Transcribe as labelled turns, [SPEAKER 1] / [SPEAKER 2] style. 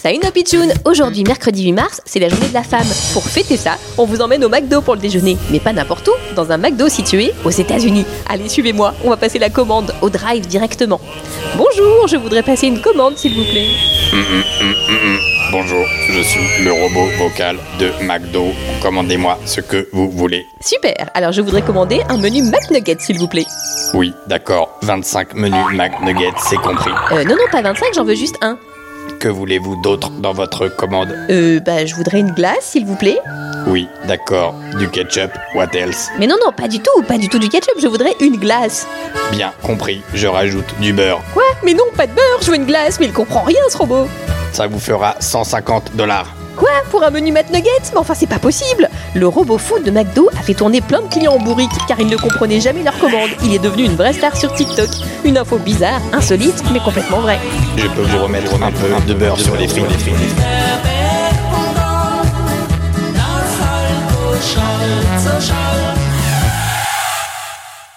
[SPEAKER 1] Salut nos pitchounes Aujourd'hui, mercredi 8 mars, c'est la journée de la femme. Pour fêter ça, on vous emmène au McDo pour le déjeuner. Mais pas n'importe où, dans un McDo situé aux États-Unis. Allez, suivez-moi, on va passer la commande au drive directement. Bonjour, je voudrais passer une commande, s'il vous plaît.
[SPEAKER 2] Mm, mm, mm, mm. Bonjour, je suis le robot vocal de McDo. Commandez-moi ce que vous voulez.
[SPEAKER 1] Super, alors je voudrais commander un menu McNugget, s'il vous plaît.
[SPEAKER 2] Oui, d'accord, 25 menus McNuggets, c'est compris.
[SPEAKER 1] Euh, non, non, pas 25, j'en veux juste un.
[SPEAKER 2] Que voulez-vous d'autre dans votre commande
[SPEAKER 1] Euh, bah, je voudrais une glace, s'il vous plaît.
[SPEAKER 2] Oui, d'accord, du ketchup, what else
[SPEAKER 1] Mais non, non, pas du tout, pas du tout du ketchup, je voudrais une glace.
[SPEAKER 2] Bien compris, je rajoute du beurre.
[SPEAKER 1] Quoi Mais non, pas de beurre, je veux une glace, mais il comprend rien, ce robot.
[SPEAKER 2] Ça vous fera 150 dollars.
[SPEAKER 1] Quoi Pour un menu McNuggets Mais enfin, c'est pas possible Le robot food de McDo a fait tourner plein de clients en bourrique car ils ne comprenaient jamais leurs commandes. Il est devenu une vraie star sur TikTok. Une info bizarre, insolite, mais complètement vraie.
[SPEAKER 2] Je peux vous remettre un peu de beurre sur les frites.
[SPEAKER 3] Pendant, dans le sol, au sol, au sol.